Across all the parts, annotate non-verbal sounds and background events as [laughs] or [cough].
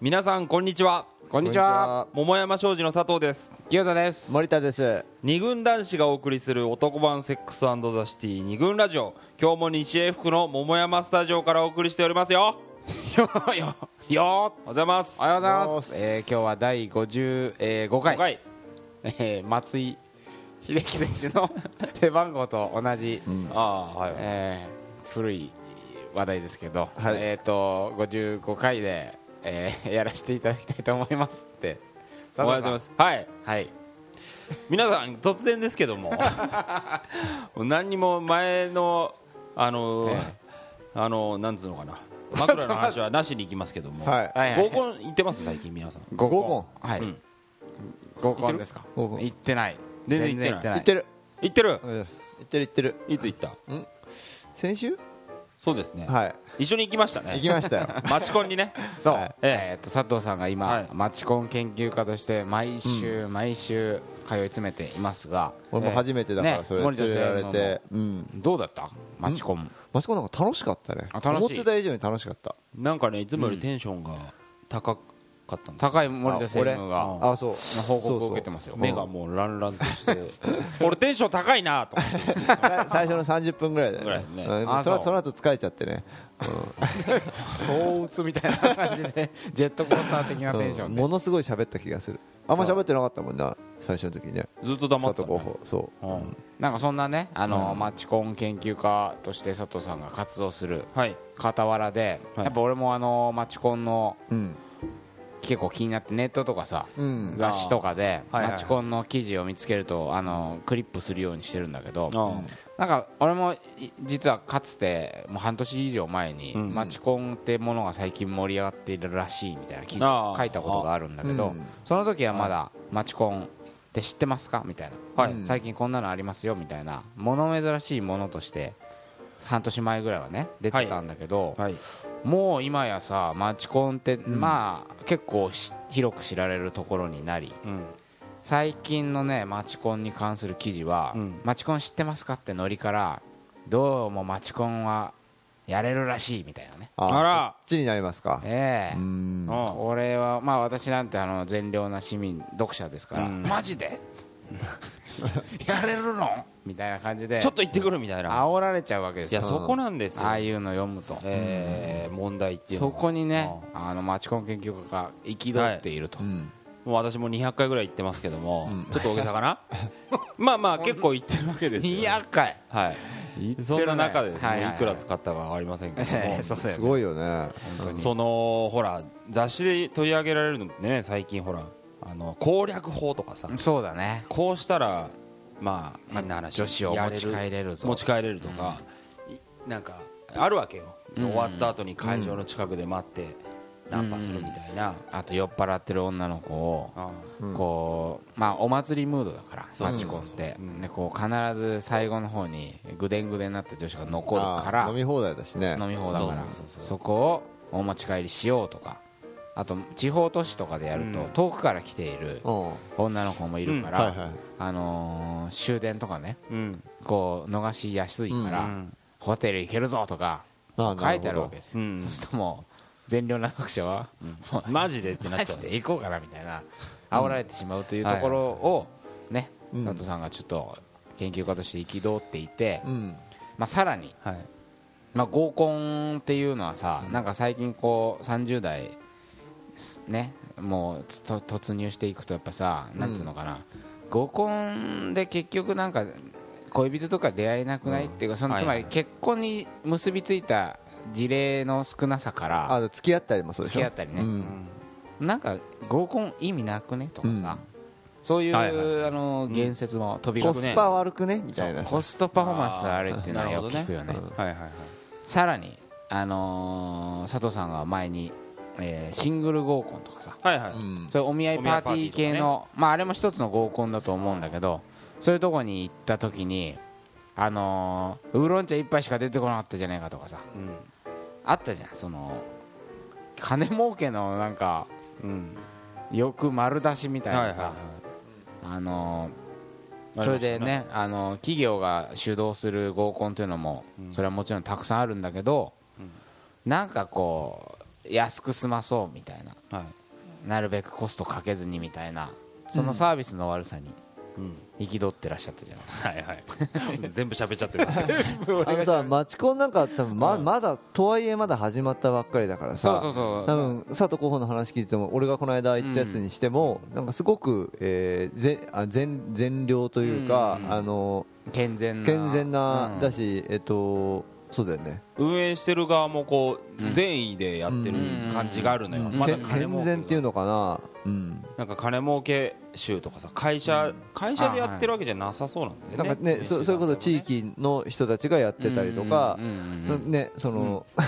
皆さんこんにちはこんにちは。桃山商事の佐藤です清田です。森田です二軍男子がお送りする男版セックスザシティ二軍ラジオ今日も西英福の桃山スタジオからお送りしております [laughs] よよよよおはようございますおはようございまおはようごす。ざいますえー、今日は第55、えー、5回今回 [laughs] えー松井秀喜 [laughs] 選手の背番号と同じ、ああはいはいえー古い話題ですけど、はいえっ、と55回で、えーやらせていただきたいと思いますって。おはようございますはい佐藤さん。はい。皆さん突然ですけども何にも前のあのーえあのーなんつうのかな枕の話はなしに行きますけども、ははいいはい合コン行ってます最近皆さん合合コン。はい。うん合コンですか。合コン行ってない。全然行って行なってる行ってるうん行ってる行ってるいつ行った先週そうですね、はい一緒に行きましたね行きましたよ [laughs] マチコンにねそう、はいえーっと佐藤さんが今、はいマチコン研究家として毎週、毎週通い詰めていますが俺も初めてだかねらそれ連れられ森田専てうんどうだったマチコンマスコなんか楽しかったねあ楽しい思ってた以上に楽しかった [laughs] なんかねいつもよりテンションが高かったんです、高い森田専務あが俺あそう報告を受けてますよ目がもうランランとして [laughs] 俺テンション高いなと思ってさ [laughs] 最初の30分ぐらいだよぐらいねねうんあそそうのその後疲れちゃっ [laughs] てねそう打つみたいな感じでジェットコースター的なテンションで、ものすごい喋った気がするあんま喋ってなかったもんな最初の時ねずっと黙佐ってたね、藤候補そうんなんかそんなねあの、マチコン研究家として佐藤さんが活動するはい傍らで、はいやっぱ俺もあのマチコンのううん結構気になってネットとかさ、うん雑誌とかであーはいはいはいマチコンの記事を見つけるとあのクリップするようにしてるんだけどあなんか俺もい実はかつてもう半年以上前にうんマチコンってものが最近盛り上がっているらしいみたいな記事あをー書いたことがあるんだけどうんその時はまだマチコンって知ってますかみたいなあはい、うん最近こんなのありますよみたいな物珍しいものとして半年前ぐらいはね出てたんだけどはいもう今やさマチコンってまあ結構し広く知られるところになりうん、最近のねマチコンに関する記事は、うんマチコン知ってますかってノリからどうもマチコンはやれるらしいみたいなねあらそっちになりますかええうんあこれはまあ私なんてあの善良な市民読者ですから、うんマ [laughs] ジでやれるのみたいな感じでちょっと行ってくるみたいな煽られちゃうわけでいすやよそこなんですよああいうの読むと、えー問題っていうのそはこにねあのマチコン研究家が憤っていると、うんもう私も200回ぐらい行ってますけども、うんちょっと大げさか [laughs] なまあまあ結構行ってるわけですよ200回はいねそんな中でもうはいはいいはいくら使ったか分かりませんけども、そうだよすごいよねそのほら雑誌で取り上げられるのってね最近ほらあの攻略法とかさそうだねこうしたらまあ変な話女子をや持ち帰れるぞ持ち帰れるとか、いなんかあるわけよ、終わった後に会場の近くで待って、ナンパするみたいな、あと酔っ払ってる女の子をあこうまあお祭りムードだからそうマチコンってそうそうでこう必ず最後の方にぐでんぐでんになった女子が残るかあら飲み放題だしね飲み放題だかそらうそうそうそうそこをお持ち帰りしようとかあと地方都市とかでやるうとん遠くから来ているうんは女の子もいるかいらはいあのー終電とかねうんこう逃しやすいかうらんホテル行けるぞとかあ書いてあるわけですようんそうするともう全量な読者はマジでってなマっちゃジうで行こうかなみたいな煽られてしまうというところをねうん佐藤さんがちょっと研究家として憤っていてう、んまあ、さらに、はいまあ、合コンっていうのはさなんか最近こう30代ねもうと突入していくとやっぱさなんつうのかな合コンで結局なんか恋人とか出会えなくないっていうかそのはいつはまいり結婚に結びついた事例の少なさからあ付き合ったりもそうでしょ付き合ったりねうんなんか合コン意味なくねとかさ、そういう、はいはいあの言説も飛びコ交うスパ悪くねみたいなコストパフォーマンスあれっていうのあはーよく聞くよねはいはいはいさらに、あのー佐藤さんが前に、えーシングル合コンとかさはいはい、うんそういうお見合いパーティー系のまあ、あれも一つの合コンだと思うんだけどそういうとこに行った時にあのーウーロン茶一杯しか出てこなかったじゃないかとかさうんあったじゃんその金儲けのなんかうんよく丸出しみたいはいなはいさ、はあのいそれでねあの企業が主導する合コンというのも、それはもちろんたくさんあるんだけど、なんかこう安く済まそうみたいなはいなるべくコストかけずにみたいなそのサービスの悪さにうん憤ってらっしゃったじゃないですか、はいはい [laughs] 全部喋っちゃってますけどあのさマチコンなんか多分ま,、まだとはいえまだ始まったばっかりだからさそうそうそう多分佐藤候補の話聞いても俺がこの間言ったやつにしても、なんかすごく、えー、ぜあ善善良というか、うんうんあの健全な健全な、うんだし、えっとそうだよね運営してる側もこう善意でやってる感じがあるのよ、うんまだけ金儲健け全っていうのかな、うん、なんか金儲け集とかさ会社、会社でやってるわけじゃなさそうなんだよねなんかね運営してそるそういうこ側もとね地域の人たちがやってたりとかうん、うんうんうんなねその、な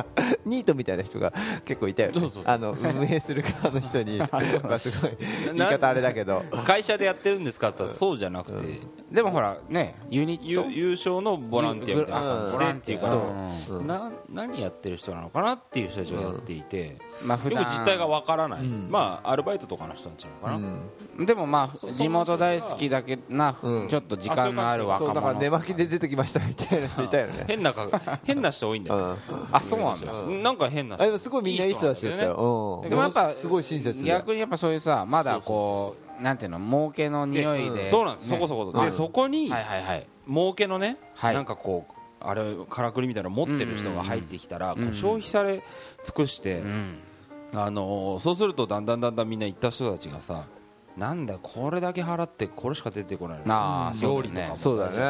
んか [laughs] ニートみたいな人が結構いたよねそうそうそうあの運営する側の人にまあすごい言いな方あれだけど会社でやってるんですかって言ったらそうじゃなくて、でもほらねユニッゆト優勝のボランティアみたいな感じボでラっンてテいィうアかそそううな何やってる人なのかなっていう人たちがやっていて、まあ普よ段く実態がわからない、うんまあアルバイトとかの人たちなのかな、うんでもまそあう地元大好きだけな、うんちょっと時間のある若そう者だから寝巻きで出てきましたみたいな人いたよ [laughs] ね。変なか変な人多いんだうよ、ん、あそうなんだなんか変なあでもすごいみんないい人だしだったいい人なんだよねよ、うん、でもやっぱすごい親切で逆にやっぱそういうさまだこうなんていうの儲けの匂いうでそうなんです、ねそこそこうでんそこにはいはいはい儲けのね、はいなんかこうあれからくりみたいなの持ってる人が入ってきたら、こう消費され尽くして、うんあのーそうするとだんだんだんだんみんな行った人たちがさなんだこれだけ払ってこれしか出てこないのなあ料理とかもそうだね、う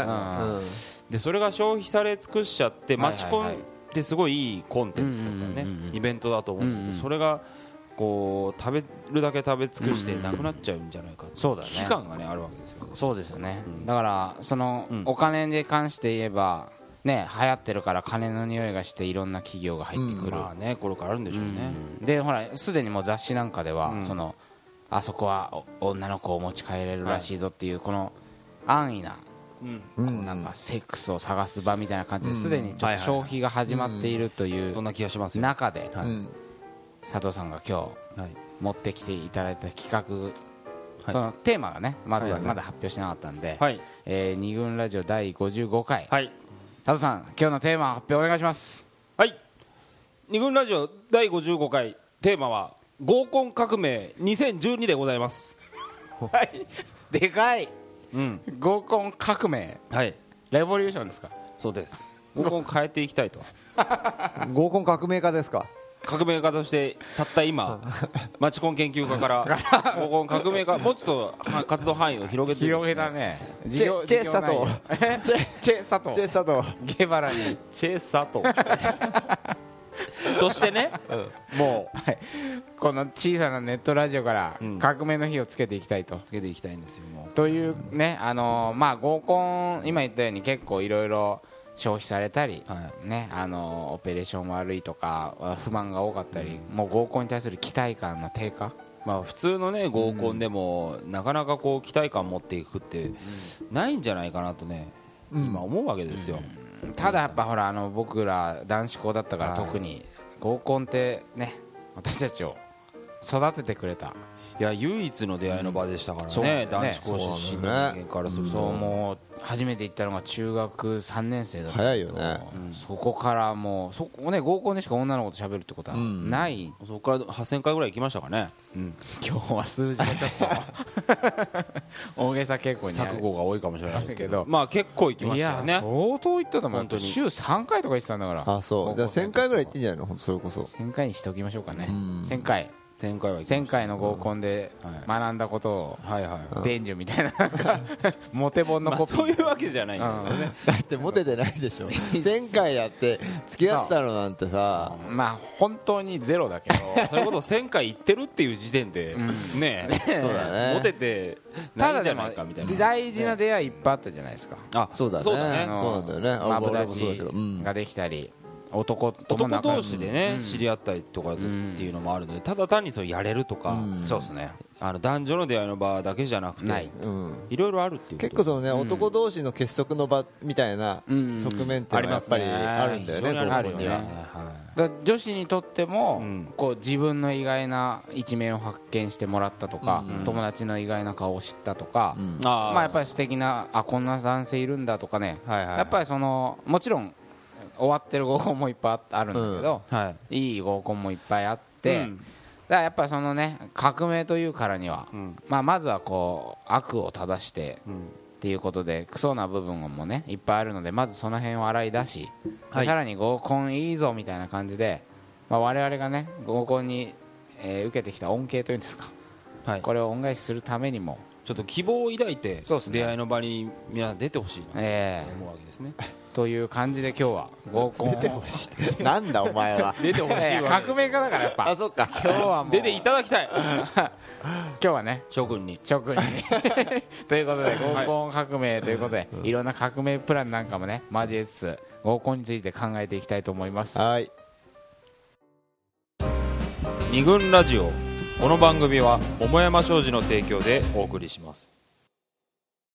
んうんでそれが消費され尽くしちゃってはいはいマチコンってすごいいいコンテンツとかねうんうんうんうんイベントだと思うんだけど、うんうんそれがこう食べるだけ食べ尽くしてうんうんなくなっちゃうんじゃないかっていそうだね危機感がねあるわけですよそうですよね、んだからその、うんお金に関して言えばね流行ってるから金の匂いがしていろんな企業が入ってくる、まあねこれからあるんでしょうね、うんでほらすでにもう雑誌なんかでは、うんそのあそこはお女の子を持ち帰れるらしいぞっていう、この安易なうんうんなんかセックスを探す場みたいな感じでうんすでにちょっと消費が始まっているといそんうな気がしますよ、中ではいうん佐藤さんが今はい日持ってきていただいた企画はいそのテーマがねまずはいははいまだ発表してなかったんではいえー二軍ラジオ第55回はい佐藤さん今日のテーマ発表お願いしますはい二軍ラジオ第55回テーマは合コン革命2012でございますはいでかいうん合コン革命はいレボリューションですかそうです合コンを変えていきたいと合コン革命家ですか革命家としてたった [laughs] 今マチコン研究家から合コン革命家もうちょっとは活動範囲を広げて広げたねチェチェ佐藤藤 [laughs] チェ佐ジェ藤ス佐藤ゲバラにチェサト [laughs] としてね、もうこの小さなネットラジオからうん革命の火をつけていきたいと。つけていきたいんですよもというね、あのーまあ、合コン、今言ったように結構いろいろ消費されたり、う、はい、ねあのーオペレーション悪いとか不満が多かったり、もう合コンに対する期待感の低下、まあ、普通の、ね、合コンでも、なかなかこう期待感持っていくってないんじゃないかなとね、うん今思うわけですよ、ただやっぱほらあの僕ら男子校だったからはい特に合コンってね私たちを育ててくれた、いや唯一の出会いの場でしたからそうだね、よね男子校出身の人間からすると、そうもう初めて行ったのが中学3年生だった早いよねそこからもうそこね合コンでしか女の子と喋るってことはうんない、そこから8000回ぐらい行きましたかね、うん、今日は数字がちょっと [laughs] 大げさ傾向にあ錯る誤が多いかもしれないですけだどけどまあ結構行きまいしたやよね相当いったと思う本当に週3回とか言ってたんだからあそうじゃあ1000回ぐらい行ってんじゃないのほんとそれこそ1000回にしておきましょうかねうん1000回1000回は行きま1000した回の合コンではい学んだことをはいはい、伝授みたいななんかモテ本のまあ、コピそうーいうわけじゃないんだけどね、だってモテてないで [laughs] しょ前回やって付き合ったのなんてさまあ本当にゼロだけどそれこそ1000回行ってるっていう時点で、ねえそうだねモテてなたいだんじでゃなもいかみたいな大事な出会いいっぱいあったじゃないですかあそうだねそうだねあのそうなんだよねあマブ俺ダもそうだけどうチんができたり男とも男仲良く同士でね、知り合ったりとかっていうのもあるので、ただ単にそうやれるとか、うんそうですねあの男女の出会いの場だけじゃなくてないうんいろいろあるっていうこと結構そのね男同士の結束の場みたいなうん側面ってあいうりのまはやっすぱねりあるんだよね非常にありますこよこにねははだから女子にとっても、うんこう自分の意外な一面を発見してもらったとか、うん友達の意外な顔を知ったとか、 [laughs] うんいあーまあ、やっぱり素敵なあこんな男性いるんだとかね、はいはいはいやっぱりそのもちろん終わってる合コンもいっぱいああるんだけど、はいいい合コンもいっぱいあって、うんだからやっぱそのね革命というからには、んまあ、まずはこう悪を正してっていうことでクソな部分もねいっぱいあるのでまずその辺を洗い出し、ではいさらに合コンいいぞみたいな感じで、まあ、我々がね合コンに、えー受けてきた恩恵というんですかはい、これを恩返しするためにも、ちょっと希望を抱いてそうっすね出会いの場に皆さん出てほしいなえと思うわけですねーという感じで今日は合コン [laughs] をなんだお前は出てほしいわいやいやけで [laughs] 革すよ命家だからやっぱあそっか今日はもう出ていただきたい今日はね諸君に直 [laughs] にということで合コン革命ということで、い、ろんな革命プランなんかもね交えつつ合コンについて考えていきたいと思いますはい二軍ラジオこの番組は桃山商事の提供でお送りします